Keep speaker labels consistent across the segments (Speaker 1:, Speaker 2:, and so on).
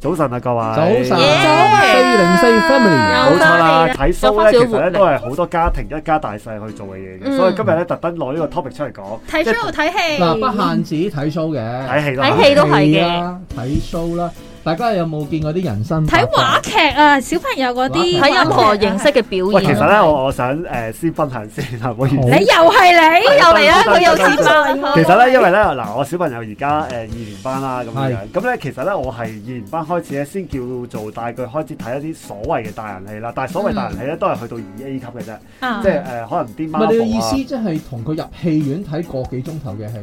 Speaker 1: 早晨啊，各位！
Speaker 2: 早晨，
Speaker 3: Yeah
Speaker 2: 四零四 family，
Speaker 1: 冇錯啦，睇 show 咧，
Speaker 3: 有
Speaker 1: 其
Speaker 3: 返
Speaker 1: 實咧
Speaker 3: 少活力
Speaker 1: 都係好多家庭一家大細去做嘅嘢嘅，
Speaker 3: 嗯
Speaker 1: 所以今日咧特登攞呢個 topic 出嚟講，
Speaker 3: 睇
Speaker 1: 即係
Speaker 3: show 睇戲，
Speaker 2: 嗱不限止睇 show 嘅，
Speaker 1: 睇戲啦
Speaker 3: 睇。戲都係
Speaker 2: 戲
Speaker 3: 嘅，
Speaker 2: 啦，睇 show 啦，大家有冇見過啲人生
Speaker 4: 睇話劇啊，小朋友嗰啲
Speaker 3: 睇任何形式嘅
Speaker 1: 喂，
Speaker 3: 表
Speaker 1: 其實
Speaker 3: 演。
Speaker 1: 咧，我我想誒先分享先啊，唔好意思。
Speaker 2: 好
Speaker 4: 你又係
Speaker 3: 哎
Speaker 4: 你，
Speaker 3: 又嚟啦，佢又似包。
Speaker 1: 其實咧，因為咧嗱，我小朋友而家誒呃二年班啦咁樣樣，咁咧其實咧我係二年班開始咧先叫做帶佢開始睇一啲所謂嘅大人戲啦，但係所
Speaker 3: 嗯
Speaker 1: 謂大人戲咧都係去到二 A 級嘅啫，
Speaker 4: 啊
Speaker 1: 即係誒可能啲
Speaker 2: 唔係你
Speaker 1: Marvel
Speaker 2: 嘅意
Speaker 1: 啊
Speaker 2: 思，。即係同佢入戲院睇個幾鐘頭嘅戲，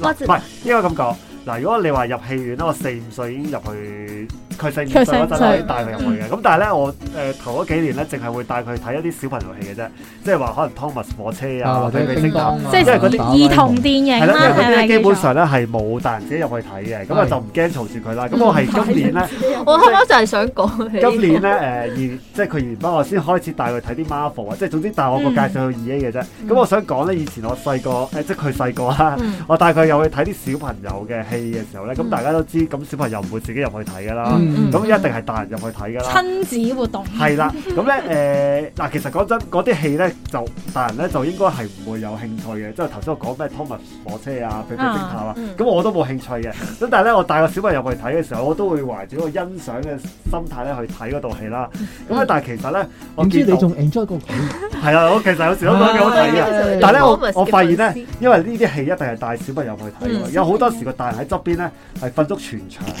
Speaker 1: 嗱
Speaker 3: 或
Speaker 1: 唔
Speaker 3: 者
Speaker 1: 係應該咁講。嗱，如果你話入戲院咧，我四五歲已經入去，佢四五歲嗰陣
Speaker 4: 佢
Speaker 1: 我已
Speaker 4: 四五歲
Speaker 1: 經帶佢入去嘅。咁但係咧，我誒、呃、頭嗰幾年咧，淨係會帶佢睇一啲小朋友戲嘅啫，即係話可能 Thomas 火車
Speaker 2: 啊
Speaker 1: 啊，
Speaker 2: 或者
Speaker 1: 飛機
Speaker 2: 叮
Speaker 1: 偵探
Speaker 2: 當啊，
Speaker 4: 即係
Speaker 1: 因為嗰啲
Speaker 2: 打
Speaker 4: 兒童電
Speaker 1: 係
Speaker 4: 影
Speaker 1: 啦，因
Speaker 4: 啦，
Speaker 1: 為嗰啲
Speaker 4: 係咪
Speaker 1: 咧基本
Speaker 4: 叫做？
Speaker 1: 上咧係冇大人自己入去睇嘅，咁啊
Speaker 2: 係
Speaker 1: 就唔驚嘈住佢啦。咁我係今年咧，
Speaker 3: 我啱啱就係想講起
Speaker 1: 今年咧誒二，即係佢完班，我先開始帶佢睇啲 Marvel 啊，即係總之帶我個介紹去二 A 嘅啫。咁、我想講咧，以前我細個誒，即係佢細個啦。
Speaker 3: 嗯
Speaker 1: 我帶佢入去睇啲小朋友嘅戲嘅時候咧，咁
Speaker 3: 嗯
Speaker 1: 大家都知，咁小朋友唔會自己入去睇噶啦，
Speaker 2: 嗯
Speaker 1: 咁一定係大人入去睇噶啦。
Speaker 4: 親子活動，
Speaker 1: 係啦，咁咧誒嗱，其實講真，嗰啲戲咧就大人咧就應該係唔會有興趣嘅，即係頭先我講咩 Thomas 火車啊、飛飛偵探啊
Speaker 3: 啊嗯，
Speaker 1: 咁我都冇興趣嘅。咁但係咧，我帶個小朋友入去睇嘅時候，我都會懷住一個欣賞嘅心態咧去睇嗰套戲啦。咁啊咧，但係其實咧，我
Speaker 2: 點知
Speaker 1: 見
Speaker 2: 你
Speaker 1: 到
Speaker 2: 仲 enjoy 過佢？
Speaker 1: 係啊，我其實有時都覺得幾好睇嘅。
Speaker 2: 嘅
Speaker 1: 但係咧，
Speaker 3: Thomas 嘅
Speaker 1: 我我發現
Speaker 3: 粉
Speaker 1: 咧
Speaker 3: 絲，
Speaker 1: 因為呢啲戲一定係帶小朋友去睇喎，
Speaker 3: 嗯
Speaker 1: 有好多時個大人喺側邊咧係瞓足全場嘅。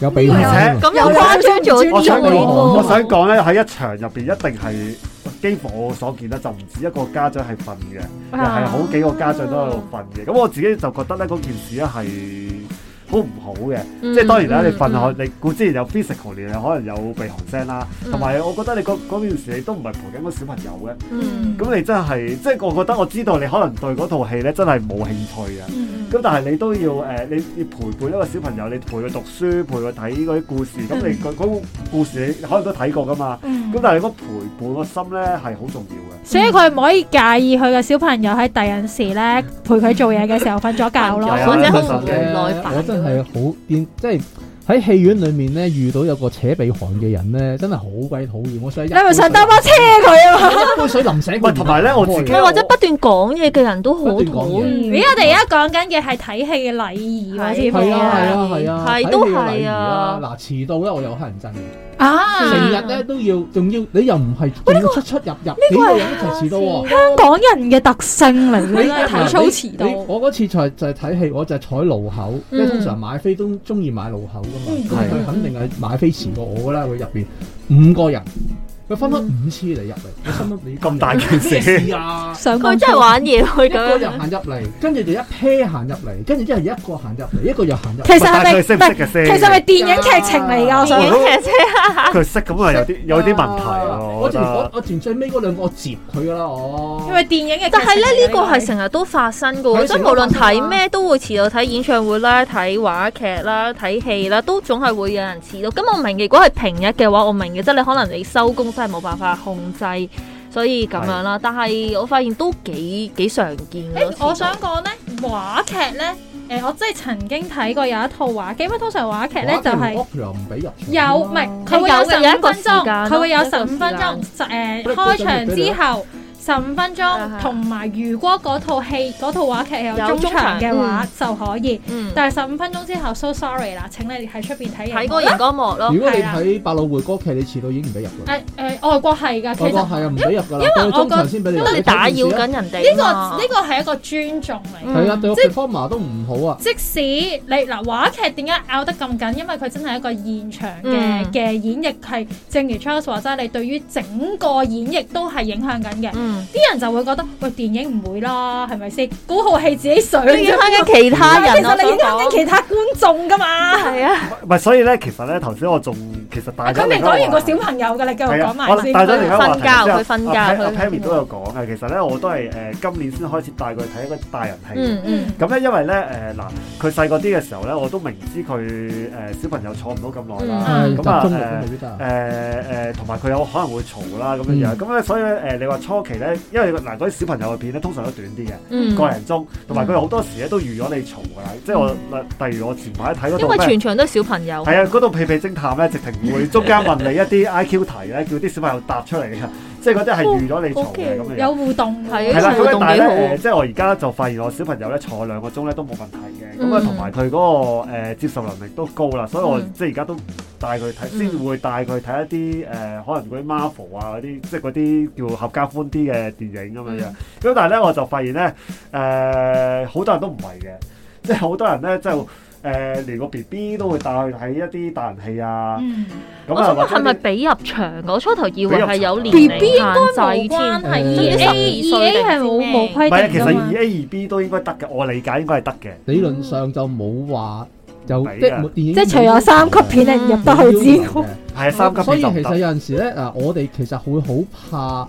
Speaker 2: 有鼻鼾
Speaker 1: 而
Speaker 2: 聲
Speaker 1: 且
Speaker 2: 喎，
Speaker 3: 咁又誇張咗
Speaker 1: 我想
Speaker 3: 啲
Speaker 1: 講，我
Speaker 3: 喎。
Speaker 1: 想講咧喺一場入邊一定係幾乎我所見咧，就唔止一個家長係瞓嘅，又係好幾個家長都喺度瞓嘅。咁我自己就覺得咧嗰件事咧係好唔好嘅。
Speaker 3: 嗯
Speaker 1: 即係當然啦，你瞓
Speaker 3: 嗯
Speaker 1: 落你固之然有 physical 你可能有鼻鼾聲啦，
Speaker 3: 嗯
Speaker 1: 同埋我覺得你嗰嗰件事你都唔係陪緊個小朋友嘅，
Speaker 3: 嗯
Speaker 1: 咁你真係即係我覺得我知道你可能對嗰套戲咧真係冇興趣嘅。咁但係你都要誒、呃你要陪伴一個小朋友，你陪佢讀書，陪佢睇嗰啲故事，咁你嗰嗰個故事你可能都睇過噶嘛。
Speaker 4: 嗯
Speaker 1: 咁但係你嗰陪伴個心咧係好重要
Speaker 4: 所以佢唔可以介意佢嘅小朋友喺第陣時咧陪佢做嘢嘅時候瞓咗覺
Speaker 3: 瞓
Speaker 1: 係
Speaker 3: 咗
Speaker 1: 啊
Speaker 4: 咯。
Speaker 3: 或者
Speaker 2: 老
Speaker 3: 好
Speaker 2: 實
Speaker 3: 唔耐
Speaker 2: 嘅，我真
Speaker 3: 煩。
Speaker 2: 係好見，即係喺戲院裏面咧遇到有個扯鼻鼾嘅人咧，真係好鬼討厭。我想
Speaker 4: 你係咪想兜包車佢啊嘛？
Speaker 2: 一杯水淋醒佢
Speaker 1: 喂同埋咧我自己
Speaker 3: 喂或者不斷講嘢嘅人都好討
Speaker 4: 咦，
Speaker 3: 厭。
Speaker 4: 我哋而家講緊嘅係睇戲嘅禮儀喎，似
Speaker 3: 係
Speaker 4: 乎
Speaker 2: 係啊係啊係啊，
Speaker 3: 係
Speaker 2: 睇
Speaker 3: 都
Speaker 2: 戲嘅禮
Speaker 3: 係
Speaker 2: 儀
Speaker 3: 啊
Speaker 2: 啦嗱，遲到咧我又乞人憎嘅，
Speaker 4: 啊！
Speaker 2: 成日咧都要，仲要你又唔係仲要出出入入，幾個人一齊遲到
Speaker 3: 啊
Speaker 2: 喎。
Speaker 4: 香港人嘅特性嚟
Speaker 2: 你
Speaker 4: 嘅，睇操啊遲到
Speaker 2: 你。我嗰次就係就係睇戲，我就係坐喺路口，因為
Speaker 3: 嗯
Speaker 2: 通常買飛都中意買路口噶嘛，
Speaker 4: 嗯
Speaker 2: 咁佢
Speaker 1: 係
Speaker 2: 肯定係買飛遲過我噶啦。佢入邊五個人，佢分開五次嚟入嚟，我心諗你
Speaker 1: 嘅。咁大件
Speaker 2: 咩
Speaker 1: 事，
Speaker 2: 事啊？
Speaker 4: 想
Speaker 3: 佢真係玩嘢佢
Speaker 2: 一個
Speaker 3: 咁
Speaker 2: 人
Speaker 3: 樣。
Speaker 2: 行入嚟，跟住就一 pair 行入嚟，跟住之後一個行入嚟，一個又行入嚟
Speaker 4: 其。實係
Speaker 1: 但係
Speaker 4: 咪
Speaker 1: 佢識唔識嘅先
Speaker 4: 其實係咪電影劇情嚟㗎？我想
Speaker 3: 電影
Speaker 4: 講
Speaker 3: 劇啫，
Speaker 1: 佢識咁啊有啲有啲問題
Speaker 2: 啊
Speaker 1: 喎，
Speaker 2: 我
Speaker 1: 我覺
Speaker 2: 前我
Speaker 1: 得。
Speaker 2: 我前最尾嗰兩個我接佢噶啦，我
Speaker 4: 因為電影嘅劇情嚟㗎，
Speaker 3: 但係咧呢個係成日都發生啊嘅喎，
Speaker 2: 係
Speaker 3: 即係無論睇咩都會遲到，睇演唱會啦、睇話劇啦、睇戲啦，都總係會有人遲到。咁我明嘅，如果係平日嘅話，我明嘅，即係你可能你收工真係冇辦法控制，所以咁樣啦。但係我發現都幾幾常見嘅咯。
Speaker 4: 誒，我想講咧話劇咧，誒我真係曾經睇過有一套話劇，因為通常話劇咧就係
Speaker 2: 我又唔俾入場
Speaker 4: 有唔係佢會有
Speaker 3: 有
Speaker 4: 十
Speaker 3: 嘅有
Speaker 4: 五
Speaker 3: 一個
Speaker 4: 分
Speaker 3: 時間
Speaker 4: 鐘，
Speaker 3: 咯
Speaker 4: 佢會有十
Speaker 3: 一個時
Speaker 4: 五分鐘
Speaker 3: 間
Speaker 4: 誒
Speaker 2: 不如
Speaker 4: 開場
Speaker 2: 不如
Speaker 4: 之
Speaker 2: 俾
Speaker 4: 後。十五分
Speaker 3: 啊
Speaker 4: 鐘，同埋如果嗰套戲嗰套話劇係
Speaker 3: 有
Speaker 4: 有中
Speaker 3: 中
Speaker 4: 場
Speaker 3: 場
Speaker 4: 嘅話就可以，
Speaker 3: 嗯，
Speaker 4: 但係十五分鐘之後，so sorry 啦，請你哋喺出邊睇啊
Speaker 3: 睇
Speaker 4: 嘢。
Speaker 3: 過熒光幕咯
Speaker 2: 如，果你
Speaker 4: 係啦啊
Speaker 2: 睇百老匯歌劇，你遲到已經唔俾入㗎啦。
Speaker 4: 誒誒，外國係㗎，其
Speaker 2: 我覺
Speaker 4: 實
Speaker 2: 係啊，唔俾入㗎啦。
Speaker 4: 因為
Speaker 2: 到
Speaker 4: 我
Speaker 2: 中
Speaker 4: 覺
Speaker 2: 場先俾你入。
Speaker 3: 因為你
Speaker 2: 睇
Speaker 3: 打
Speaker 2: 電視
Speaker 3: 擾
Speaker 2: 啊。
Speaker 3: 緊人哋
Speaker 4: 呢個
Speaker 3: 嘛。
Speaker 4: 呢個係一個尊重嚟嘅。
Speaker 2: 係啊，對我
Speaker 4: 即係
Speaker 2: performer 都唔好啊。
Speaker 4: 即使你嗱話劇點解拗得咁緊，因為佢真係一個現場嘅
Speaker 3: 嗯
Speaker 4: 嘅、演繹係，正如 Charles 話齋，你對於整個演繹都係影響緊嘅。
Speaker 3: 嗯，
Speaker 4: 啲人就會覺得喂電影唔會啦，係咪先？嗰套戲自己想
Speaker 3: 嗯你影
Speaker 4: 啫嘛，
Speaker 3: 響緊其他
Speaker 4: 但係
Speaker 3: 人
Speaker 4: 其
Speaker 3: 啊，
Speaker 4: 實你影響緊
Speaker 3: 其
Speaker 4: 其他觀眾噶嘛。
Speaker 3: 係啊，
Speaker 1: 唔係，所以咧，其實咧，頭先我仲其實大家
Speaker 4: 佢未講完個小朋友嘅，你繼續
Speaker 1: 係
Speaker 4: 講
Speaker 1: 啊，
Speaker 4: 埋
Speaker 1: 我
Speaker 4: 埋先。
Speaker 1: 帶咗另一個話題
Speaker 3: 瞓覺
Speaker 1: 先
Speaker 3: 佢瞓
Speaker 1: 阿
Speaker 3: 覺
Speaker 1: 阿
Speaker 3: 佢
Speaker 1: Pammy 都有講嘅，其實咧我都係誒今年先開始帶佢睇一個大人戲嘅。
Speaker 3: 嗯嗯，
Speaker 1: 咁咧，因為咧誒嗱，佢細個啲嘅時候咧，我都明知佢誒、小朋友坐唔到咁耐啦。
Speaker 3: 嗯
Speaker 2: 係
Speaker 1: 咁啊
Speaker 2: 嗯集中力都未必得
Speaker 1: 誒
Speaker 2: 啊。
Speaker 1: 誒，同埋佢有可能會嘈啦咁樣樣，
Speaker 2: 嗯
Speaker 1: 咁咧所以咧誒，你話初期咧，因為嗱嗰啲小朋友嘅片咧通常都短啲嘅，
Speaker 3: 嗯
Speaker 1: 個零鐘，同埋佢好多時咧都預咗你嘈㗎啦，即係我例如我前排睇嗰
Speaker 3: 嗯因
Speaker 1: 套
Speaker 3: 為
Speaker 1: 咩？
Speaker 3: 全場都係小朋友，
Speaker 1: 係啊，嗰套屁屁偵探咧，直情會中間問你一啲 I Q 題咧，叫啲小朋友答出嚟嘅，即係嗰啲係預咗你嘈嘅咁樣樣。
Speaker 4: 有互動㗎
Speaker 3: 係
Speaker 1: 係啦，
Speaker 3: 呢
Speaker 1: 咁
Speaker 3: 個活動
Speaker 1: 但係
Speaker 3: 幾好
Speaker 1: 咧，誒，即係我而家就發現我小朋友咧坐兩個鐘咧都冇問題嘅，咁啊
Speaker 3: 嗯
Speaker 1: 同埋佢嗰個誒接受能力都高啦，所以我
Speaker 3: 嗯
Speaker 1: 即係而家都帶佢睇，
Speaker 3: 嗯
Speaker 1: 先會帶佢睇一啲誒可能嗰啲 Marvel 啊嗰啲，即係嗰啲叫合家歡啲嘅電影咁樣樣。
Speaker 3: 嗯
Speaker 1: 咁但係咧，我就發現咧，誒好多人都唔係嘅， 即係好多人咧就誒連個 B B 都會帶佢睇一啲大人戲啊，
Speaker 4: 嗯
Speaker 1: 咁
Speaker 3: 我
Speaker 1: 啊
Speaker 3: 想
Speaker 1: 或
Speaker 3: 問
Speaker 1: 者
Speaker 3: 係
Speaker 1: 啲
Speaker 3: 咪俾入場㗎？我初頭以為
Speaker 1: 俾入
Speaker 3: 係有
Speaker 1: 場
Speaker 3: 年
Speaker 4: B
Speaker 3: 齡
Speaker 4: B 應該
Speaker 3: 限
Speaker 4: 冇
Speaker 3: 制
Speaker 4: 關
Speaker 3: 添。
Speaker 4: 係
Speaker 2: 嗯
Speaker 4: ，E A
Speaker 2: 十
Speaker 3: 二
Speaker 4: E
Speaker 3: 歲
Speaker 4: A
Speaker 3: 定
Speaker 4: 係
Speaker 3: 唔知
Speaker 4: 冇
Speaker 3: 咩
Speaker 4: 冇
Speaker 1: 唔係啊
Speaker 4: 規
Speaker 1: 其
Speaker 4: 定
Speaker 1: 實
Speaker 4: 㗎嘛
Speaker 1: 二。A 二 B 都應該得嘅，我理解應該係得嘅。
Speaker 2: 理論上就冇話就
Speaker 1: 唔
Speaker 2: 即
Speaker 1: 俾
Speaker 2: 係
Speaker 1: 㗎
Speaker 2: 電影
Speaker 5: 即係除咗三級片係入得去之外，
Speaker 1: 係啊，三級
Speaker 2: 所以
Speaker 1: 片
Speaker 2: 其
Speaker 1: 就唔
Speaker 2: 實
Speaker 1: 得。
Speaker 2: 有陣時咧，嗱，我哋其實會好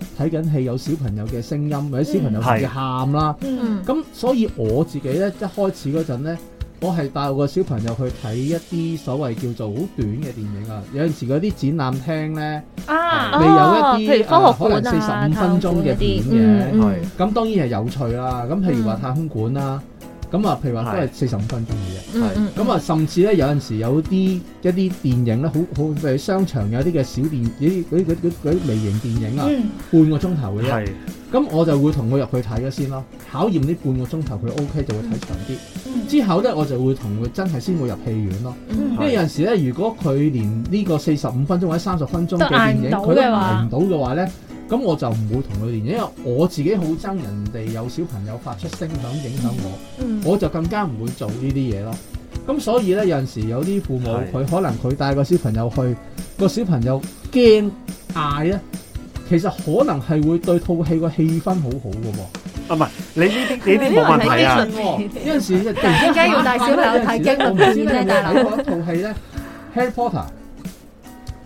Speaker 2: 怕睇緊戲有小朋友嘅聲音，或者小朋友甚至喊啦。
Speaker 4: 嗯
Speaker 3: 嗯，
Speaker 2: 咁所以我自己咧，一開始嗰陣咧，我係帶我個小朋友去睇一啲所謂叫做好短嘅電影啊。有陣時嗰啲展覽廳咧，
Speaker 4: 啊，
Speaker 2: 未
Speaker 3: 哦
Speaker 2: 有一啲
Speaker 3: 譬如
Speaker 2: 啊
Speaker 3: 科學館
Speaker 2: 可能
Speaker 3: 啊、
Speaker 2: 45分鐘嘅片嘅
Speaker 3: 嗯嗯
Speaker 1: 係
Speaker 2: 咁當然係有趣啦。咁譬如話
Speaker 3: 嗯
Speaker 2: 太空館啦，咁啊譬如話都係
Speaker 1: 係
Speaker 2: 四十五分鐘嘅啫。
Speaker 3: 嗯嗯，
Speaker 2: 咁啊，甚至咧有陣時有啲一啲電影咧，好好譬如商場有啲嘅小電嗰啲嗰啲嗰啲嗰啲微型電影啊，
Speaker 4: 嗯
Speaker 2: 半個鐘頭嘅啫。
Speaker 1: 係。
Speaker 2: 咁我就會同佢入去睇咗先咯，考驗呢半個鐘頭佢 OK 就會睇長啲。
Speaker 4: 嗯
Speaker 2: 之後咧我就會同佢真係先會入戲院咯，
Speaker 3: 嗯
Speaker 2: 因為有陣時咧，如果佢連呢個四十五分鐘或者三十分鐘嘅電影
Speaker 4: 都捱唔到
Speaker 2: 佢都
Speaker 4: 嘅
Speaker 2: 捱
Speaker 4: 話
Speaker 2: 唔到嘅話咧，咁我就唔會同佢連，因為我自己好憎人哋有小朋友發出聲響影響我。
Speaker 3: 嗯
Speaker 2: 我就更加唔會做呢啲嘢咯。咁所以咧，有陣時有啲父母
Speaker 1: 係
Speaker 2: 佢可能佢帶個小朋友去，個小朋友驚嗌咧，其實可能係會對套戲個氣氛好好嘅
Speaker 1: 你呢 啲你呢啲冇問題啊，
Speaker 2: 喎。有陣時突
Speaker 5: 點
Speaker 2: 然間
Speaker 5: 解要帶小朋友睇驚慄片咧大佬
Speaker 2: 睇過一套戲咧，《Harry Potter》，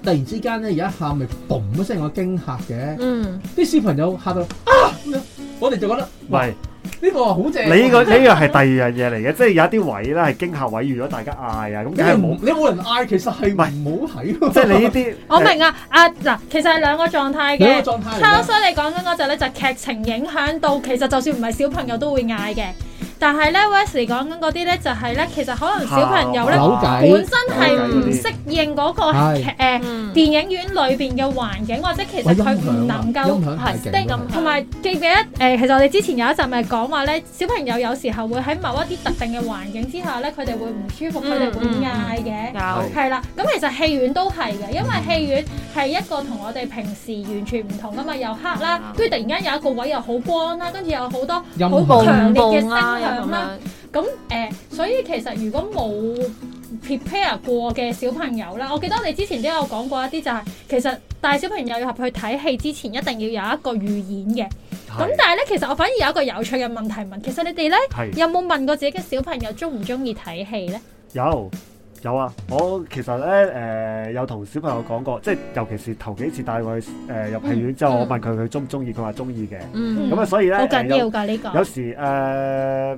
Speaker 2: 突然之間咧有一下咪嘣一聲個驚嚇嘅，
Speaker 3: 嗯，
Speaker 2: 啲小朋友嚇到啊咁樣，我哋就覺得
Speaker 1: 唔係
Speaker 2: 呢個好正喎。
Speaker 1: 你呢個呢樣係第二樣嘢嚟嘅，即係有一啲位咧係驚嚇位，預咗大家嗌啊，咁梗
Speaker 2: 你
Speaker 1: 係
Speaker 2: 冇
Speaker 1: 冇，
Speaker 2: 你冇人嗌，其實係
Speaker 1: 唔係
Speaker 2: 唔好睇喎。
Speaker 1: 即係 你呢啲，
Speaker 4: 我明啊，啊嗱，其實係兩個狀態
Speaker 2: 你個
Speaker 4: 嘅。
Speaker 2: 狀態嚟
Speaker 4: 抄
Speaker 2: 㗎
Speaker 4: 衰你講緊嗰陣咧，就劇情影響到，其實就算唔係小朋友都會嗌嘅。但係咧，Wesley 講緊嗰啲咧，就係咧，其實可能小朋友咧
Speaker 2: 有
Speaker 4: 本
Speaker 2: 計
Speaker 4: 身係唔適應嗰個
Speaker 2: 係
Speaker 4: 劇誒
Speaker 3: 嗯
Speaker 4: 電影院裏邊嘅環境，或者其
Speaker 2: 喂
Speaker 4: 實佢
Speaker 2: 音響啊
Speaker 4: 唔能夠
Speaker 2: 音。響太勁
Speaker 3: 係
Speaker 2: 啦
Speaker 3: 咁
Speaker 4: 同埋記唔記得誒、其實我哋之前有一集咪講話咧，小朋友有時候會喺某一啲特定嘅環境之下咧，佢哋會唔舒服，佢哋會
Speaker 3: 嗯嗯
Speaker 4: 嗌嘅。
Speaker 2: 啊
Speaker 3: 有
Speaker 4: 係啦，咁其實戲院都係嘅，因為戲院係一個同我哋平時完全唔同噶嘛，又黑啦，
Speaker 3: 啊
Speaker 4: 跟住突然間有一個位又好光啦，跟住有好多
Speaker 2: 音
Speaker 4: 好
Speaker 3: 暴
Speaker 2: 響
Speaker 4: 強烈嘅
Speaker 3: 暴
Speaker 4: 聲
Speaker 3: 啊
Speaker 4: 響啦。
Speaker 3: 咁樣，
Speaker 4: 咁誒、呃所以其實如果冇 prepare 過嘅小朋友啦，我記得我哋之前都有講過一啊啲就係、其實帶小朋友入去睇戲之前，一定要有一個預演嘅。咁但係咧，其實我反而有一個有趣嘅問題問，其實你哋咧
Speaker 1: 係
Speaker 4: 有冇問過自己嘅小朋友中唔中意睇戲咧？
Speaker 1: 有有啊，我其實咧誒有同小朋友講過，即係尤其是頭幾次帶佢去誒入戲院之後，
Speaker 3: 嗯
Speaker 1: 我問佢佢中唔中意，佢話中意嘅，
Speaker 3: 嗯
Speaker 1: 咁啊所以咧
Speaker 4: 好
Speaker 1: 誒
Speaker 4: 緊
Speaker 1: 有
Speaker 4: 要㗎呢個。
Speaker 1: 有時誒。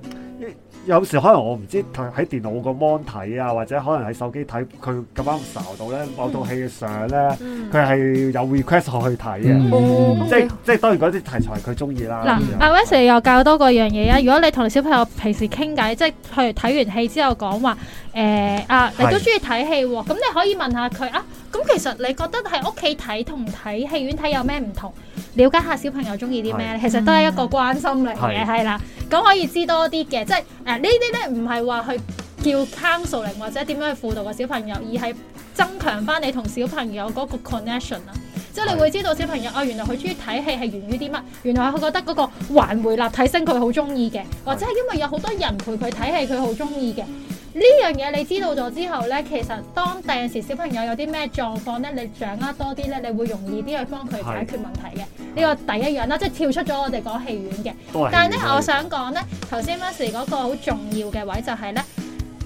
Speaker 1: 有時可能我唔知喺電腦個 mon 睇啊，或者可能喺手機睇，佢咁啱睄到咧某套戲嘅相咧，
Speaker 3: 嗯
Speaker 1: 佢係有 request 我去睇嘅。
Speaker 2: 嗯
Speaker 1: 即係即係當然嗰啲題材係佢中意啦。
Speaker 4: 哦嗱
Speaker 1: 咁樣，
Speaker 4: 阿 Wes 又教多個樣嘢啊！如果你同你小朋友平時傾偈，即係譬如睇完戲之後講話，誒、啊，你
Speaker 1: 係
Speaker 4: 都中意睇戲喎，咁你可以問下佢啊。咁其實你覺得喺屋企睇同睇戲院睇有咩唔同？了解下小朋友中意啲咩咧，其實都係一個關心嚟
Speaker 1: 係
Speaker 4: 嘅，係啦。咁可以知多啲嘅，即係誒呢啲咧唔係話去叫 counseling 或者點樣去輔導個小朋友，而係增強翻你同小朋友嗰個 connection 啊。即係你會知道小朋友哦，原來佢中意睇戲係源於啲乜？原來佢覺得嗰個環回立體聲佢好中意嘅，或者係因為有好多人陪佢睇戲佢好中意嘅。呢樣嘢你知道咗之後呢，其實當第陣時小朋友有啲咩狀況呢，你掌握多啲呢，你會容易啲去幫佢解決問題嘅。呢個第一樣啦，即係跳出咗我哋講戲院嘅。
Speaker 1: 都係
Speaker 4: 但係
Speaker 1: 戲
Speaker 4: 咧
Speaker 1: 院，嚟
Speaker 4: 我想講咧，頭先 m a s 嗰個好重要嘅位就係咧，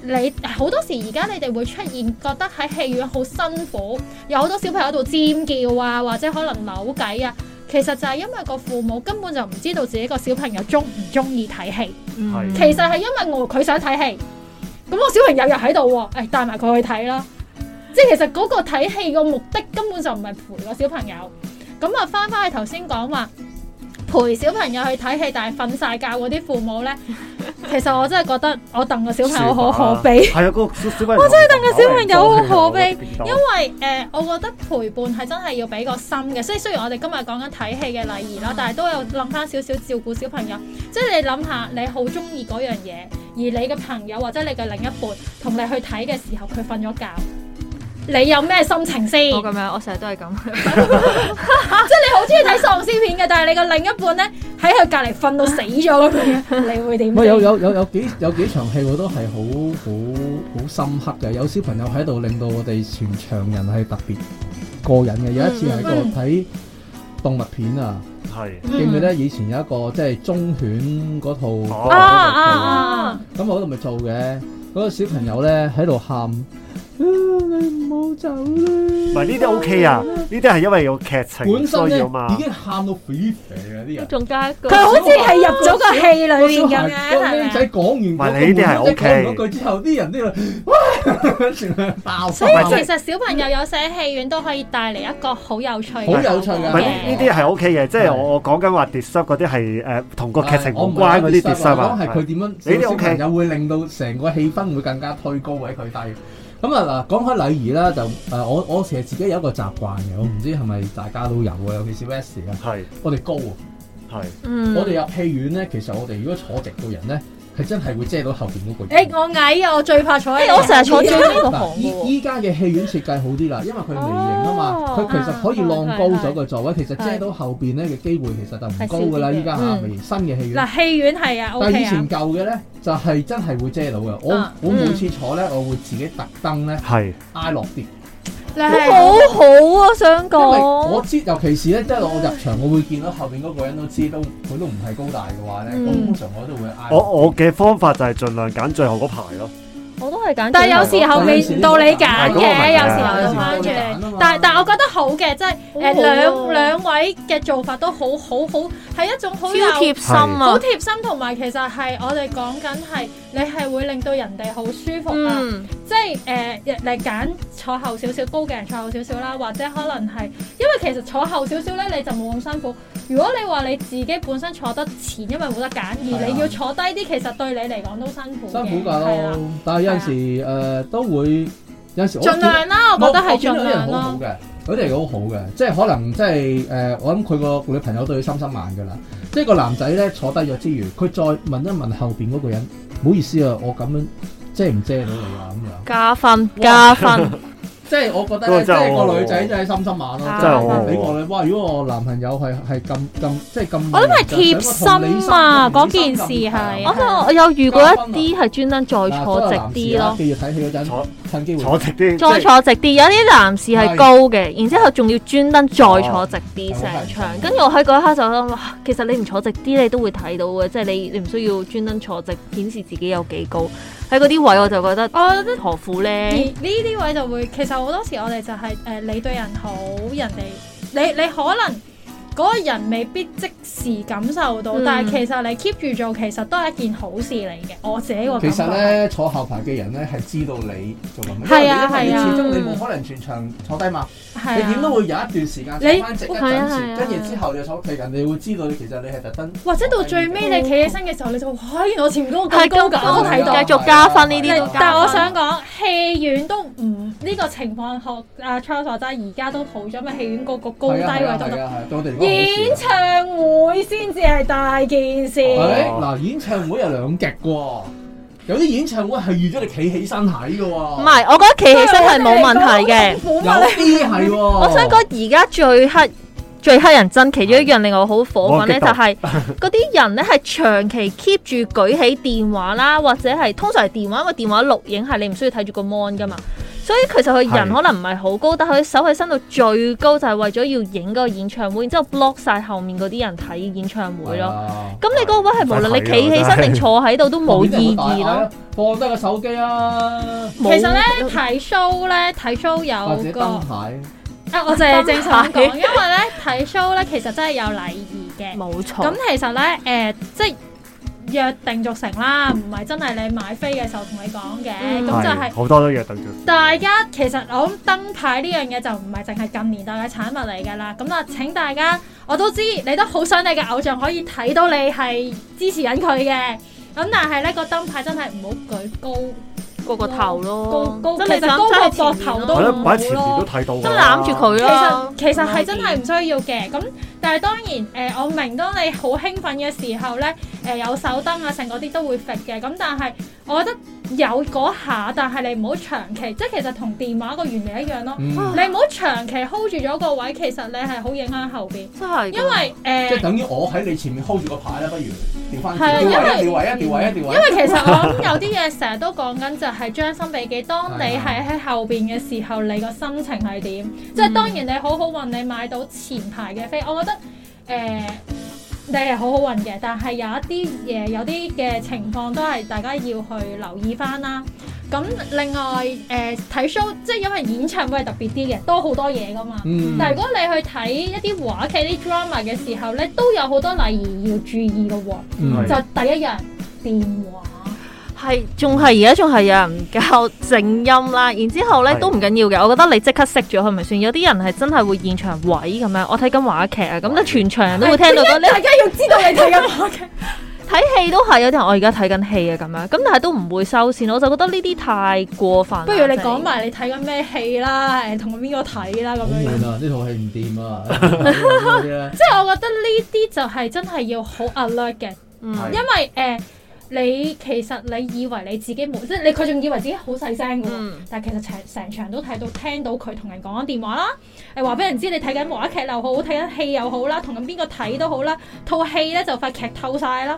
Speaker 4: 你好多時而家你哋會出現覺得喺戲院好辛苦，有好多小朋友喺度尖叫啊，或者可能扭計啊。其實就係因為個父母根本就唔知道自己個小朋友中唔中意睇戲，
Speaker 1: 係
Speaker 4: 其實係因為我佢想睇戲，咁我小朋友又喺度喎，誒帶埋佢去睇啦。即係其實嗰個睇戲個目的根本就唔係陪個小朋友。咁啊，翻返去頭先講話陪小朋友去睇戲，但係瞓晒覺嗰啲父母咧，其實我真係覺得我戥個小朋友好可悲。
Speaker 1: 係啊，個小小朋友我真係等個小
Speaker 4: 朋友好可悲，因為誒、呃我覺得陪伴係真係要俾個心嘅，所以雖然我哋今日講緊睇戲嘅禮儀啦，但係都有諗翻少少照顧小朋友。即係你諗下，你好中意嗰樣嘢，而你嘅朋友或者你嘅另一半同你去睇嘅時候，佢瞓咗覺，你有咩心情先？
Speaker 3: 我咁樣，我成日都係咁。
Speaker 4: 你好中意睇喪屍片嘅，但係你嘅另一半咧喺佢隔離瞓到死咗咁 樣，你會點
Speaker 2: 唔係
Speaker 4: 先？
Speaker 2: 有有有有幾有幾場戲我都係好好好深刻嘅，有小朋友喺度令到我哋全場人係特別過癮嘅。有一次喺
Speaker 4: 嗯
Speaker 2: 度睇動物片啊，
Speaker 1: 係
Speaker 4: 嗯
Speaker 2: 記唔記得以前有一個即係忠犬嗰套嗰個
Speaker 1: 哦
Speaker 2: 嗰個
Speaker 4: 啊啊
Speaker 2: 劇
Speaker 4: 啊！
Speaker 2: 咁我嗰度咪做嘅，嗰、個小朋友咧喺度喊，啊你唔好走啦！唔
Speaker 1: 唔係呢啲 OK 啊？呢啲係因為有劇情
Speaker 2: 本身
Speaker 1: 需
Speaker 2: 咧
Speaker 1: 要嘛
Speaker 2: 已。經喊到肥肥啊啲人。
Speaker 3: 仲加一個
Speaker 5: 佢好似係入咗個戲裏面咁樣，
Speaker 2: 個僆仔講完嗰個
Speaker 1: 唔係你呢啲係
Speaker 2: 滿足
Speaker 1: OK
Speaker 2: 講完嗰句之後，啲人啲人哇， 全部爆
Speaker 4: 所以
Speaker 1: 唔係
Speaker 4: 其
Speaker 1: 即
Speaker 4: 實小朋友有時喺戲院都可以帶嚟一個好有趣嘅
Speaker 2: 好有趣㗎
Speaker 1: 唔
Speaker 4: 效
Speaker 1: 係
Speaker 4: 果
Speaker 1: 呢呢啲係 O K 嘅，即係我我講緊話 d i s u b 嗰啲係誒同個劇情無關嗰啲 d i s u b 啊
Speaker 2: 係，佢點樣
Speaker 1: 你呢啲
Speaker 2: 小
Speaker 1: OK
Speaker 2: 朋友會令到成個氣氛會更加推高或者佢低。咁啊嗱，講開禮儀啦，就誒我我其實自己有一個習慣嘅，我唔知係咪大家都有嘅，尤其是 West 啊，
Speaker 1: 係
Speaker 2: 我哋高啊，
Speaker 1: 係
Speaker 3: 嗯
Speaker 2: 我哋入戲院咧，其實我哋如果坐直個人咧，係真係會遮到後邊嗰個人
Speaker 4: 誒，。我矮啊，我最怕坐喺
Speaker 3: 誒哎我成日坐最尾嗰
Speaker 2: 嗱，
Speaker 3: 行嘅
Speaker 2: 依
Speaker 3: 喎。
Speaker 2: 依家嘅戲院設計好啲啦，因為佢微型啊嘛，
Speaker 3: 哦
Speaker 2: 佢其實可以浪高咗個座位，其實
Speaker 3: 係
Speaker 2: 遮到後邊咧嘅機會其實就唔高㗎啦。
Speaker 3: 係少啲嘅
Speaker 2: 依家嚇
Speaker 3: 嗯
Speaker 2: 微型新嘅戲院，
Speaker 4: 嗱，戲院係啊
Speaker 2: 但係
Speaker 4: ，OK
Speaker 2: 以
Speaker 4: 啊
Speaker 2: 前，舊嘅咧就係真係會遮到嘅。我
Speaker 4: 啊
Speaker 2: 我每次坐咧，我會自己特登咧
Speaker 1: 係
Speaker 2: 挨落啲，
Speaker 4: 你
Speaker 3: 好
Speaker 4: 係
Speaker 3: 好啊，想
Speaker 2: 因為我
Speaker 3: 講。
Speaker 2: 知，尤其是咧，即係我入場，我會見到後邊嗰個人都知都佢都唔係高大嘅話咧，咁
Speaker 3: 嗯
Speaker 2: 通常我都會挨
Speaker 1: 我
Speaker 2: 落啲。
Speaker 1: 我嘅方法就係盡量揀最後嗰排咯，
Speaker 3: 我都係揀。
Speaker 4: 但係有時候未到你揀
Speaker 1: 係嗰個
Speaker 4: 嘅，
Speaker 1: 咪
Speaker 4: 有
Speaker 1: 係
Speaker 4: 時候
Speaker 1: 有
Speaker 4: 到
Speaker 1: 時
Speaker 4: 翻
Speaker 2: 候到你揀啊
Speaker 4: 轉
Speaker 2: 嘛。
Speaker 4: 但但我覺得好嘅，即係誒
Speaker 3: 好
Speaker 4: 兩
Speaker 3: 啊
Speaker 4: 兩位嘅做法都好好好，係一種好
Speaker 3: 超
Speaker 4: 有
Speaker 3: 貼心
Speaker 4: 好
Speaker 3: 啊。
Speaker 4: 貼心，同埋其實係我哋講緊係你係會令到人哋好舒服啊。
Speaker 3: 嗯，
Speaker 4: 即係誒，你揀坐後少少高嘅人坐後少少啦，或者可能係因為其實坐後少少咧，你就冇咁辛苦。如果你話你自己本身坐得前，因為冇得揀，而你要坐低啲，其實對你嚟講都辛苦嘅。
Speaker 2: 啊辛苦㗎
Speaker 4: 係啊啦
Speaker 2: 咯，但係有陣時誒都會有陣時我
Speaker 4: 盡
Speaker 2: 見到
Speaker 4: 量啦，啊我覺得係盡
Speaker 2: 我見到有啲
Speaker 4: 量
Speaker 2: 人好好
Speaker 4: 咯。
Speaker 2: 嘅，有啲人好好嘅，即係可能即係誒，我諗佢個女朋友對佢心心眼㗎啦。即係個男仔咧坐低咗之餘，佢再問一問後邊嗰個人，唔好意思啊，我咁樣遮唔遮到你啊咁樣。
Speaker 3: 加分加分。
Speaker 2: 即係我覺得
Speaker 1: 嗰
Speaker 2: 咧，
Speaker 1: 個
Speaker 2: 即
Speaker 1: 啊真係
Speaker 2: 係
Speaker 1: 好
Speaker 2: 個女仔真係心心眼咯，
Speaker 3: 啊
Speaker 2: 即
Speaker 3: 真係
Speaker 1: 好
Speaker 2: 係俾我女。哇！如果我男朋友係係咁咁即係咁，
Speaker 4: 我諗係貼心啊嗰件事係
Speaker 2: 啊
Speaker 3: 我想我有遇過一啲係專登再坐直啲咯。
Speaker 2: 啊記住睇戲嗰陣，
Speaker 1: 坐
Speaker 2: 趁機會
Speaker 1: 坐直啲，
Speaker 3: 再
Speaker 1: 即係
Speaker 3: 坐直啲，有啲男士係高嘅，然之後仲要專登再坐直啲
Speaker 2: 哦
Speaker 3: 成場。跟住我喺嗰一刻就諗，哇其實你唔坐直啲，你都會睇到嘅，即係你你唔需要專登坐直顯示自己有幾高。喺嗰啲位我就覺得
Speaker 4: 我覺得
Speaker 3: 何苦
Speaker 4: 而
Speaker 3: 咧？
Speaker 4: 呢啲位就會，其實好多時我哋就係、呃你對人好，人哋你你可能嗰個人未必即時感受到，
Speaker 3: 嗯
Speaker 4: 但係其實你 keep 住做，其實都係一件好事嚟嘅。我自己個
Speaker 2: 其
Speaker 4: 感
Speaker 2: 實
Speaker 4: 覺。
Speaker 2: 咧，坐後排嘅人咧係知道你做緊乜，
Speaker 4: 係啊
Speaker 2: 因為你
Speaker 4: 係啊
Speaker 2: 始終你冇可能全場坐低嘛，你
Speaker 4: 係
Speaker 2: 點都
Speaker 4: 啊，
Speaker 2: 會有一段時間
Speaker 4: 你
Speaker 2: 坐翻直一
Speaker 3: 嗯係啊
Speaker 2: 陣
Speaker 3: 係啊
Speaker 2: 時，跟住之後你坐屋企，人哋會知道你其實你係特登。
Speaker 4: 或者到最尾你企起身嘅時候，你就話哇，原來我前面嗰個咁
Speaker 3: 係
Speaker 4: 高
Speaker 3: 咁
Speaker 4: 㗎，我都睇到。
Speaker 3: 繼續加分呢啲都加分
Speaker 4: 但係我想講，戲院都唔呢、個情況學阿 Charles 話齋，而家都好咗，咪戲院個個高低位都
Speaker 2: 係
Speaker 4: 得。
Speaker 2: 啊係啊，對我哋嚟講
Speaker 4: 演
Speaker 2: 好事。
Speaker 4: 唱會先至係大件事。
Speaker 3: 哎
Speaker 2: 喂啊哎嗱，演唱會有兩極喎，有啲演唱會係預咗你企起身睇嘅
Speaker 3: 唔
Speaker 2: 喎，
Speaker 3: 係，我覺得企起身係冇問題嘅。
Speaker 2: 有啲係喎。
Speaker 1: 哦
Speaker 3: 我想講而家最黑。最黑人憎，其中一樣令我好火滾咧，
Speaker 1: 我激
Speaker 3: 就
Speaker 1: 動
Speaker 3: 係嗰啲人咧係長期 keep 住舉起電話啦，或者係通常係電話，因為電話錄影係你唔需要睇住個 mon 噶嘛，所所以其實佢
Speaker 1: 係
Speaker 3: 人可能唔係好高，但佢手係伸到最高，就係為咗要影嗰個演唱會，然之後 block 晒後面嗰啲人睇演唱會
Speaker 1: 啊
Speaker 2: 咯。
Speaker 3: 咯。咁你嗰個位係無論你企起
Speaker 1: 真
Speaker 3: 身
Speaker 1: 係
Speaker 3: 定坐喺度都冇意義咯。
Speaker 2: 咯，啊放低個手機啊，
Speaker 4: 其
Speaker 3: 冇
Speaker 4: 實咧睇 show 咧睇 show
Speaker 2: 或者
Speaker 4: 有個
Speaker 2: 燈牌，
Speaker 4: 啊，我就係正想講，
Speaker 3: 燈牌
Speaker 4: 因為咧睇 show 咧其實真係有禮儀嘅。
Speaker 3: 冇錯。
Speaker 4: 咁其實咧，誒、即係約定俗成啦，唔係真係你買飛嘅時候同你講嘅，
Speaker 3: 嗯
Speaker 4: 咁、就係、
Speaker 1: 係好多都約等咗。
Speaker 4: 大家其實我諗燈牌呢樣嘢就唔係淨係近年代嘅產物嚟㗎啦。咁啊，請大家我都知你都好想你嘅偶像可以睇到你係支持緊佢嘅。咁但係咧個燈牌真係唔好舉高
Speaker 3: 個個頭咯，
Speaker 4: 高高，
Speaker 3: 真係
Speaker 4: 其實高過
Speaker 3: 就咁
Speaker 4: 膊頭
Speaker 3: 真係前面咯
Speaker 4: 都
Speaker 1: 係
Speaker 4: 唔
Speaker 1: 咯，
Speaker 4: 好
Speaker 1: 擺喺前面
Speaker 4: 咯
Speaker 1: 都。睇到㗎
Speaker 3: 真係
Speaker 1: 啦。
Speaker 3: 攬住佢
Speaker 4: 其
Speaker 3: 咯
Speaker 4: 實。其實係真係唔需要嘅，咁但係當然誒、呃我明當你好興奮嘅時候咧，誒、有手燈啊，剩嗰啲都會揈嘅，咁但係我覺得有嗰下，但係你唔好長期，即係其實同電話個原理一樣咯。
Speaker 2: 嗯
Speaker 4: 你唔好長期 hold 住咗個位，其實你係好影響後邊，
Speaker 3: 真係㗎，
Speaker 4: 因為誒、呃
Speaker 2: 即係等於我喺你前面 hold 住個牌啦，不如調翻
Speaker 4: 係啊
Speaker 2: 轉，調位一
Speaker 4: 因
Speaker 2: 調
Speaker 4: 為
Speaker 2: 位一調位啊一調
Speaker 4: 因
Speaker 2: 位
Speaker 4: 為其實我諗有啲嘢成日都講緊就係將心比己，當你係喺後邊嘅時候，你個心情係點？即係當然你好好運，你買到前排嘅飛，我覺得誒、呃你係好好運嘅，但係有一啲嘢有啲嘅情況都係大家要去留意翻啦。咁另外呃誒睇、show，即係因為演唱會係特別啲嘅，多好多嘢噶嘛。
Speaker 2: 嗯
Speaker 4: 但係如果你去睇一啲話劇、啲 drama 嘅時候咧，都有好多禮儀要注意嘅喎。
Speaker 2: 嗯
Speaker 4: 就第一樣電話，
Speaker 3: 係仲係而家仲係有人教靜音啦，然之後咧
Speaker 1: 係
Speaker 3: 都唔緊要嘅，我覺得你即刻熄咗佢咪算。有啲人係真係會現場位咁樣，我睇緊話劇啊，咁就全場人都會聽到講 你
Speaker 4: 大家要知道你 睇緊我嘅。
Speaker 3: 睇戲都係有啲人我而家睇緊戲啊咁樣，咁但係都唔會收線，我就覺得呢啲太過分啦。
Speaker 4: 不如你
Speaker 3: 真係
Speaker 4: 講埋你睇緊咩戲啦，誒同邊個睇啦咁
Speaker 2: 好
Speaker 4: 樣
Speaker 2: 悶。啊！呢套戲唔掂啊！嗰啲 咧
Speaker 4: 即係我覺得呢啲就係真係要好 alert 嘅，
Speaker 3: 嗯
Speaker 1: 係
Speaker 4: 因為誒、呃你其實你以為你自己冇，即係你佢仲以為自己好細聲㗎喎。
Speaker 3: 嗯
Speaker 4: 但係其實成成場都睇到聽到佢同人講緊電話啦，誒話俾人知你睇緊話劇又好，睇緊戲又好啦，同緊邊個睇都好啦，套戲咧就快劇透晒啦，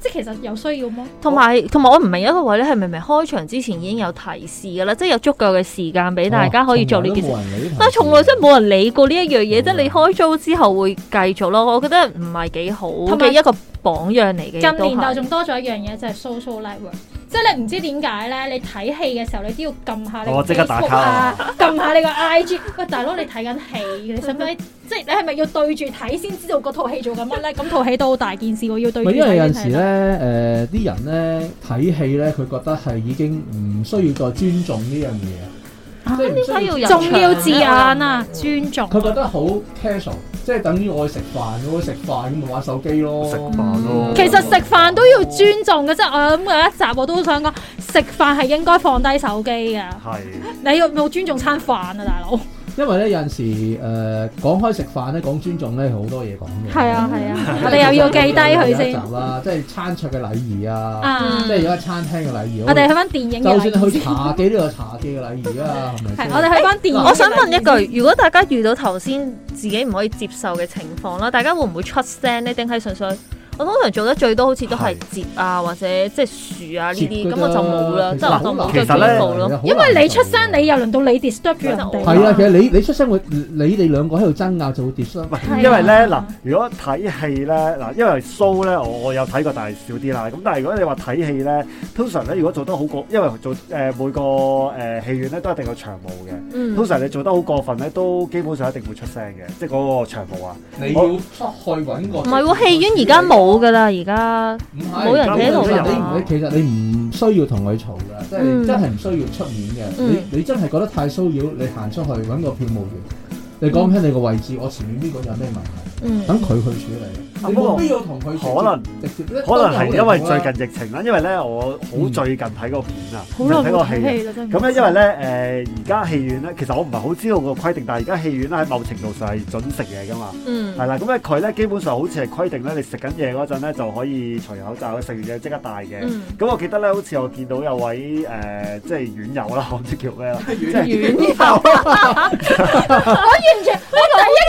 Speaker 4: 即係其實有需要麼？
Speaker 3: 同埋同埋我唔明一個位咧，係明明開場之前已經有提示㗎啦，即係有足夠嘅時間俾大家可以做呢件事。
Speaker 2: 哦從來都冇人理呢
Speaker 3: 但係啊從來真係
Speaker 2: 排
Speaker 3: 冇人理過呢一樣
Speaker 2: 冇
Speaker 3: 嘢，即係你開租之後會繼續咯。我覺得唔係幾好嘅
Speaker 4: 埋
Speaker 3: 一個榜樣嚟嘅。
Speaker 4: 近年啊
Speaker 3: 代
Speaker 4: 就仲多咗一樣嘢就係 social network。即係你唔知點解咧，你睇戲嘅時候你都要撳下你個
Speaker 1: 我即刻打
Speaker 4: Facebook
Speaker 1: 卡
Speaker 4: 啊
Speaker 1: 啊，
Speaker 4: 撳下你個 IG。喂，大佬你睇緊戲，你使唔使？即係你係咪要對住睇先知道嗰套戲做緊乜咧？咁套戲都好大件事喎，要對住
Speaker 2: 咪
Speaker 4: 睇
Speaker 2: 因為有
Speaker 4: 先
Speaker 2: 陣時
Speaker 4: 睇
Speaker 2: 咧，誒、
Speaker 4: 得。
Speaker 2: 啲人咧睇戲咧，佢覺得係已經唔需要再尊重呢樣嘢，
Speaker 4: 啊
Speaker 2: 即係唔
Speaker 3: 點
Speaker 2: 需
Speaker 3: 解要入
Speaker 4: 重要字眼
Speaker 3: 場呢
Speaker 4: 啊，尊重。
Speaker 2: 佢覺得好 casual，即係等於我去食飯，我去食飯咁咪玩手機咯。嗯
Speaker 1: 食飯咯
Speaker 4: 其實食飯都要尊重嘅，即係我諗有一集我都想講，食飯係應該放低手機嘅。
Speaker 1: 係
Speaker 4: 你要冇尊重餐飯啊，大佬。
Speaker 2: 因為咧有陣時誒、講開食飯咧，講尊重咧好多嘢講嘅。
Speaker 4: 係啊係啊，我
Speaker 2: 即係
Speaker 4: 哋又要記低佢
Speaker 2: 有
Speaker 4: 先
Speaker 2: 一集啦，即係餐桌嘅禮儀啊，
Speaker 4: 啊
Speaker 2: 即。係有一餐廳嘅禮儀。
Speaker 4: 我哋去翻電影嘅
Speaker 2: 就
Speaker 4: 禮儀
Speaker 2: 算去
Speaker 4: 先
Speaker 2: 茶記都有茶記嘅禮儀啊，係咪
Speaker 4: 係
Speaker 2: 先？
Speaker 4: 我哋去翻電影嘅禮儀先。
Speaker 3: 我想問一句，如果大家遇到頭先自己唔可以接受嘅情況啦，大家會唔會出聲呢？定係純粹我通常做得最多好似都係
Speaker 1: 係
Speaker 3: 接啊，或者即係樹啊呢啲，
Speaker 2: 接㗎
Speaker 3: 咁我就冇啦，
Speaker 2: 啫
Speaker 3: 即係我就冇再
Speaker 1: 其實呢
Speaker 3: 舉報咯。
Speaker 4: 因為你出聲，你又輪到你 disturb 住人
Speaker 3: 其
Speaker 4: 哋。
Speaker 3: 實我
Speaker 2: 係啊，其實你你出聲會，你哋兩個喺度爭拗就會跌傷。
Speaker 1: 喂
Speaker 4: 係啊
Speaker 1: 因為咧嗱，如果睇戲咧嗱，因為 show 咧我我有睇過，但係少啲啦。咁但係如果你話睇戲咧，通常咧如果做得好過，因為做誒、呃每個誒、呃、戲院咧都一定有長毛嘅。
Speaker 3: 嗯
Speaker 1: 通常你做得好過分咧，都基本上一定會出聲嘅，即係嗰個長毛啊。
Speaker 2: 你要出去揾個
Speaker 3: 唔係喎，戲院而家冇㗎啦，而家
Speaker 2: 唔係
Speaker 3: 冇人
Speaker 1: 企喺度㗎
Speaker 2: 你你其實你唔需要同佢嘈㗎，即係
Speaker 3: 嗯
Speaker 2: 你真係唔需要出面嘅。
Speaker 3: 嗯
Speaker 2: 你你真係覺得太騷擾，你行出去揾個票務員，你講聽你個位置，我前面呢個有咩問題，
Speaker 3: 嗯
Speaker 2: 等佢去處理。你
Speaker 1: 啊不過
Speaker 2: 冇必要同佢直接
Speaker 1: 可能
Speaker 2: 直接，
Speaker 1: 可能係因為最
Speaker 2: 近。
Speaker 1: 近疫情啦，因為咧我好最近睇個片啊，
Speaker 4: 嗯好耐
Speaker 1: 睇
Speaker 4: 冇
Speaker 1: 個
Speaker 4: 睇
Speaker 1: 戲啊。
Speaker 4: 戲啦，真係。
Speaker 1: 咁咧，因為咧，誒而家戲院咧，其實我唔係好知道個規定，但係而家戲院咧喺某程度上係準食嘢噶嘛，
Speaker 3: 嗯
Speaker 1: 係啦。咁咧佢咧基本上好似係規定咧，你食緊嘢嗰陣咧就可以除口罩，食完嘢即刻戴嘅。咁、
Speaker 3: 嗯
Speaker 1: 我記得咧，好似我見到有位誒、呃即係院友啦，我唔 知叫 咩啦，啊即係
Speaker 3: 院友
Speaker 2: 我突然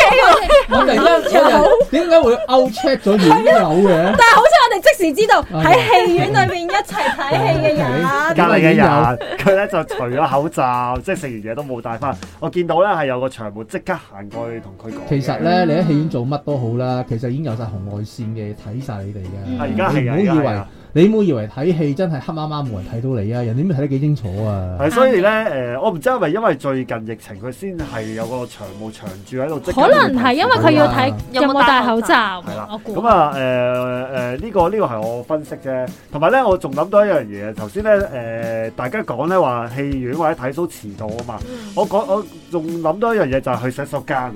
Speaker 2: 間有人點解會 out check 咗院友嘅？
Speaker 4: 啊
Speaker 5: 但係好彩我哋即時知道
Speaker 2: 係
Speaker 5: 喺戲院裏邊一一齊睇戲嘅人，
Speaker 2: 啊
Speaker 1: 隔離 嘅人，啊佢咧就除咗口罩，即係食完嘢都冇戴翻。我見到咧係有個長毛即刻行過去同佢講嘅。
Speaker 2: 其實
Speaker 4: 嗯
Speaker 2: 咧，你喺戲院做乜都好啦，其實已經有晒紅外線嘅睇晒你哋
Speaker 1: 係
Speaker 4: 嗯
Speaker 2: 嘅。
Speaker 1: 而家係啊，而
Speaker 2: 你
Speaker 1: 家
Speaker 2: 唔好以
Speaker 1: 係
Speaker 2: 為
Speaker 1: 啊。
Speaker 2: 你唔好以為睇戲真係黑麻麻冇人睇到你啊！人哋都睇得幾清楚啊！
Speaker 1: 係，所以咧，誒，我唔知係咪因為最近疫情，佢先係有個長毛長住喺度，即刻
Speaker 4: 可能係因為佢要睇
Speaker 3: 有
Speaker 4: 有
Speaker 3: 冇
Speaker 4: 冇
Speaker 3: 戴
Speaker 4: 戴
Speaker 3: 口
Speaker 4: 口罩
Speaker 1: 係啦，
Speaker 4: 我估
Speaker 1: 咁啊誒誒呢個呢個係我分析啫，同埋咧我仲諗到一樣嘢，頭先咧誒大家講咧話戲院或者睇 show 遲到啊嘛，
Speaker 4: 嗯
Speaker 1: 我講我仲諗到一樣嘢就係去洗手間啊，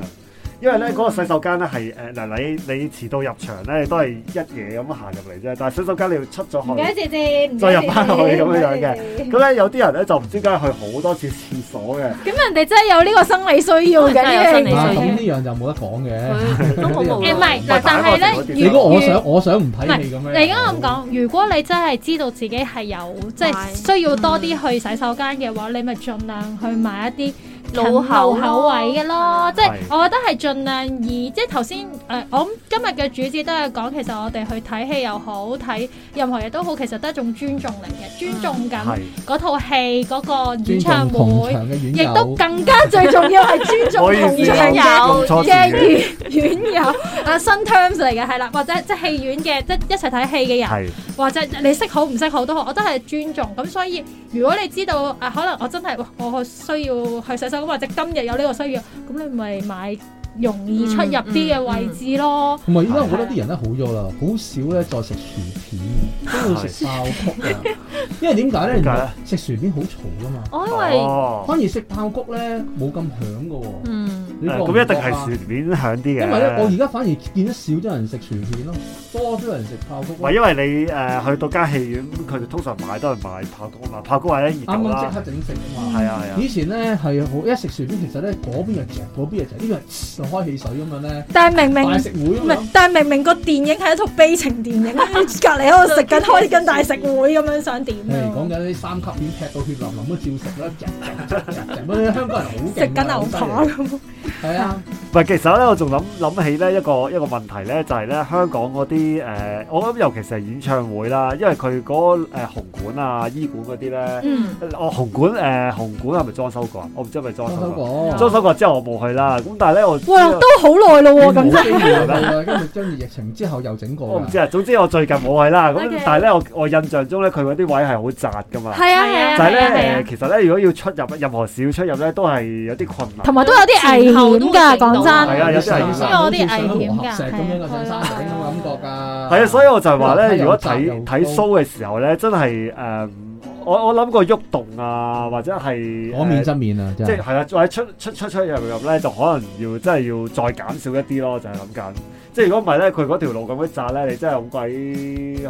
Speaker 1: 因為咧嗰個洗手間咧係誒嗱你你遲到入場咧都係一夜咁行入嚟啫，但係洗手間你要出咗
Speaker 5: 唔
Speaker 1: 去
Speaker 5: 該。謝謝，唔該
Speaker 1: 再入返去咁樣樣嘅
Speaker 5: 嘅。
Speaker 1: 咁咧有啲人咧就唔知點解去好多次廁所嘅，
Speaker 4: 咁人哋真係有呢個生理需要嘅
Speaker 3: 真係有生理
Speaker 4: 呢
Speaker 3: 你需要
Speaker 2: 啊，咁
Speaker 4: 樣嘢。
Speaker 2: 呢樣就冇得講嘅。
Speaker 3: 佢都好無
Speaker 4: 誒唔
Speaker 3: 奈。
Speaker 4: 係嗱，但係咧，
Speaker 2: 你
Speaker 1: 如
Speaker 2: 估
Speaker 1: 果
Speaker 2: 我想我想唔睇戲咁樣？
Speaker 4: 你而家咁講，如果你真係知道自己係有即係需要多啲去洗手間嘅話，你咪盡量去買一啲近
Speaker 3: 路口啊
Speaker 4: 路口位嘅咯。即係
Speaker 1: 係
Speaker 4: 我覺得係盡量以即係頭先誒，我諗今日嘅主旨都係講，其實我哋去睇戲又好，睇 任何嘢都好，其實都係一種尊重嚟嘅，尊重緊
Speaker 1: 係
Speaker 4: 嗰套戲嗰個演
Speaker 2: 尊
Speaker 4: 唱
Speaker 2: 重同
Speaker 4: 會，
Speaker 2: 場嘅院
Speaker 4: 亦都
Speaker 2: 友，
Speaker 4: 更加最重要係 尊
Speaker 1: 我
Speaker 4: 重
Speaker 1: 意思啊
Speaker 4: 同
Speaker 1: 係用
Speaker 4: 場嘅。
Speaker 1: 錯字
Speaker 4: 嘅
Speaker 1: 嘅，
Speaker 4: 院院友啊新 terms 嚟嘅係啦，或者即係戲院嘅即一齊睇戲嘅人，
Speaker 1: 係
Speaker 4: 或者你識好唔識好都好，我都係尊重。咁所以如果你知道啊，可能我真係哇我需要去洗手間，或者今日有呢個需要，咁你咪買容易出入啲嘅位置咯。
Speaker 2: 同埋依家我覺得啲人咧好咗啦，好少咧再食薯片，都會食爆谷啊！因為點解咧？
Speaker 1: 點解咧
Speaker 2: 食薯片好嘈噶嘛，
Speaker 3: 我因
Speaker 1: Ờ,
Speaker 3: 為
Speaker 1: 哦，
Speaker 2: 反而食爆谷咧冇咁響嘅喎。
Speaker 3: 嗯
Speaker 2: 你覺唔
Speaker 1: 咁一定係
Speaker 2: 覺啊
Speaker 1: 薯片響啲嘅。
Speaker 2: 因為咧，我而家反而見得少咗人食薯片咯，多咗人食爆谷
Speaker 1: 唔
Speaker 2: 咯
Speaker 1: 係。因為你誒、呃去到間戲院，咁佢哋通常買都係買炮谷啊嘛，炮谷或者熱
Speaker 2: 啱
Speaker 1: 狗
Speaker 2: 啱即
Speaker 1: 啦，
Speaker 2: 刻整食啊嘛。
Speaker 1: 係啊係啊，
Speaker 2: 以前咧係好一食薯片，其實咧嗰邊又嚼，嗰邊又嚼，呢邊就開汽水咁樣
Speaker 1: 嗯
Speaker 2: 咧，
Speaker 5: 但係明明
Speaker 2: 大食會
Speaker 5: 唔
Speaker 2: 咁
Speaker 5: 係
Speaker 2: 樣。，
Speaker 5: 但係明明個電影係一套悲情電影，跟住隔離喺度食緊開緊大食會咁樣，想點
Speaker 2: 誒講
Speaker 5: 啊？
Speaker 2: 緊啲三級片劈到血淋淋都照食啦，嚼嚼嚼嚼嚼咁樣香港人好勁
Speaker 5: 食
Speaker 2: 啊
Speaker 5: 緊牛扒
Speaker 2: 好犀利
Speaker 5: 咁，
Speaker 2: 係啊，
Speaker 1: 唔係其實咧，我仲諗諗起咧一個一個問題咧，就係、咧香港嗰啲誒，我諗尤其是係演唱會啦，因為佢嗰誒紅館啊、醫館嗰啲咧，
Speaker 3: 嗯，
Speaker 1: 我紅館誒、呃、紅館係咪裝修過啊？我唔知係咪裝
Speaker 2: 我
Speaker 1: 修
Speaker 2: 收
Speaker 1: 過。
Speaker 2: 過。
Speaker 1: 裝修過之後我冇去啦，咁但係咧我知
Speaker 5: 哇，
Speaker 2: 嗯
Speaker 1: 道
Speaker 5: 都好耐咯喎，咁
Speaker 2: 冇
Speaker 5: 真
Speaker 2: 機會啦，跟住跟住疫情之後又整過
Speaker 1: 我唔
Speaker 2: 啦
Speaker 1: 知啊，總之我最近冇去啦。咁
Speaker 3: OK
Speaker 1: 但係咧我我印象中咧佢嗰啲位係好窄噶嘛，
Speaker 4: 係啊係
Speaker 1: 就係
Speaker 4: 啊係啊係
Speaker 1: 咧
Speaker 4: 啊
Speaker 1: 誒，，其實咧如果要出入任何事要出入咧都係有啲困難。
Speaker 2: 啊
Speaker 4: 同埋都有啲危險㗎，講
Speaker 1: 係啊
Speaker 4: 真。
Speaker 1: 有啲係
Speaker 4: 因為我啲危險㗎
Speaker 2: 石咁樣嘅上山頂咁感覺㗎。
Speaker 1: 係啊，所以我就係話
Speaker 2: 因為
Speaker 1: 咧，
Speaker 2: 有
Speaker 1: 如果
Speaker 2: 責
Speaker 1: 睇
Speaker 2: 任
Speaker 1: 睇
Speaker 2: 高
Speaker 1: show 嘅時候咧，真係誒、嗯我我諗個喐動啊，或者係
Speaker 2: 我面
Speaker 1: 呃
Speaker 2: 質面啊，真
Speaker 1: 即係
Speaker 2: 係。
Speaker 1: 係啦，或者出出出出入入咧，就可能要真係要再減少一啲咯，就係咁緊。即係如果唔係咧，佢嗰條路咁樣窄咧，你真係好鬼好鬼難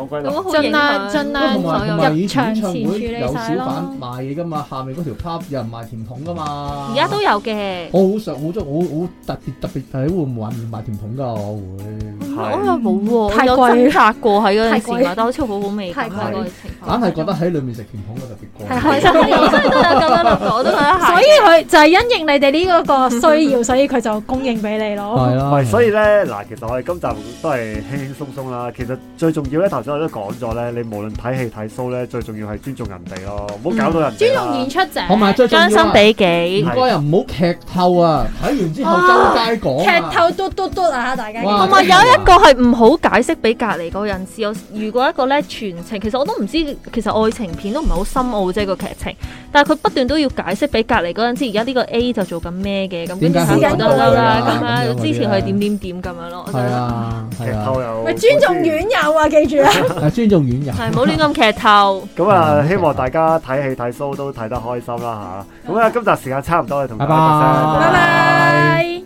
Speaker 3: 咁好
Speaker 2: 啊
Speaker 4: 盡量
Speaker 3: 影響
Speaker 4: 盡
Speaker 2: 同埋同
Speaker 4: 量
Speaker 2: 埋
Speaker 4: 入
Speaker 2: 以前
Speaker 4: 場
Speaker 2: 演
Speaker 4: 前
Speaker 2: 唱
Speaker 4: 處
Speaker 2: 會
Speaker 4: 理
Speaker 2: 有小
Speaker 4: 晒咯
Speaker 2: 販。賣嘢㗎嘛，下面嗰條 pub 有人賣甜筒㗎嘛。
Speaker 3: 而家都有嘅。
Speaker 2: 我好想好中好好特別特別喺會賣賣甜筒㗎，我會。
Speaker 3: 我
Speaker 2: 啊
Speaker 3: 又冇喎，我
Speaker 5: 太
Speaker 3: 有
Speaker 5: 貴
Speaker 3: 掙扎過喺嗰陣
Speaker 5: 太
Speaker 3: 時
Speaker 5: 貴
Speaker 3: 買，但好似好好味咁
Speaker 5: 太
Speaker 3: 嗰
Speaker 5: 貴
Speaker 3: 個情況。
Speaker 2: 硬係覺得喺裡面食甜筒嘅特別過。
Speaker 3: 係開心嘅，真係都有咁樣諗過，我都覺得係。
Speaker 4: 所以佢就係因應你哋呢個個 需要，所以佢就供應俾你咯。
Speaker 2: 係啊，
Speaker 1: 係，所以咧嗱，其實我哋今集都係輕輕鬆鬆啦。其實最重要咧，頭先我都講咗咧，你無論睇戲睇 show 咧，最重要係尊重人哋咯，唔好搞到人
Speaker 4: 尊
Speaker 1: 哋啊啦。
Speaker 4: 重演出者。
Speaker 2: 同埋最重要
Speaker 3: 將
Speaker 2: 啊
Speaker 3: 心比己
Speaker 2: 唔。該又唔好劇透啊！睇完之後周街講啊
Speaker 5: 劇透嘟嘟嘟啊！大家
Speaker 2: 哇
Speaker 3: 同埋有一個係唔好解釋俾隔離嗰人知，我遇過一個咧全程，其實我都唔知，其實愛情片都唔係好深奧啫個劇情，但係佢不斷都要解釋俾隔離嗰人知，而家呢個 A 就做緊咩嘅，咁跟
Speaker 2: 點
Speaker 3: 住
Speaker 2: 解
Speaker 3: 佢
Speaker 5: 佢
Speaker 3: 覺得嬲啦，
Speaker 2: 咁樣啊
Speaker 3: 咁
Speaker 2: 咁
Speaker 3: 樣
Speaker 2: 樣
Speaker 3: 之
Speaker 2: 嗰啲
Speaker 3: 前佢
Speaker 2: 啊
Speaker 3: 點點點咁樣咯，我就
Speaker 2: 係啊，
Speaker 1: 劇
Speaker 2: 係啊，
Speaker 1: 透又
Speaker 5: 咪尊重院友啊！記住啊，
Speaker 2: 係尊重院友。
Speaker 3: 係唔好亂咁劇透。
Speaker 1: 咁啊，希望大家睇戲睇 show 都睇得開心啦吓。咁啊，今集時間差唔多，我哋同大家講聲
Speaker 2: 拜拜
Speaker 5: 拜拜。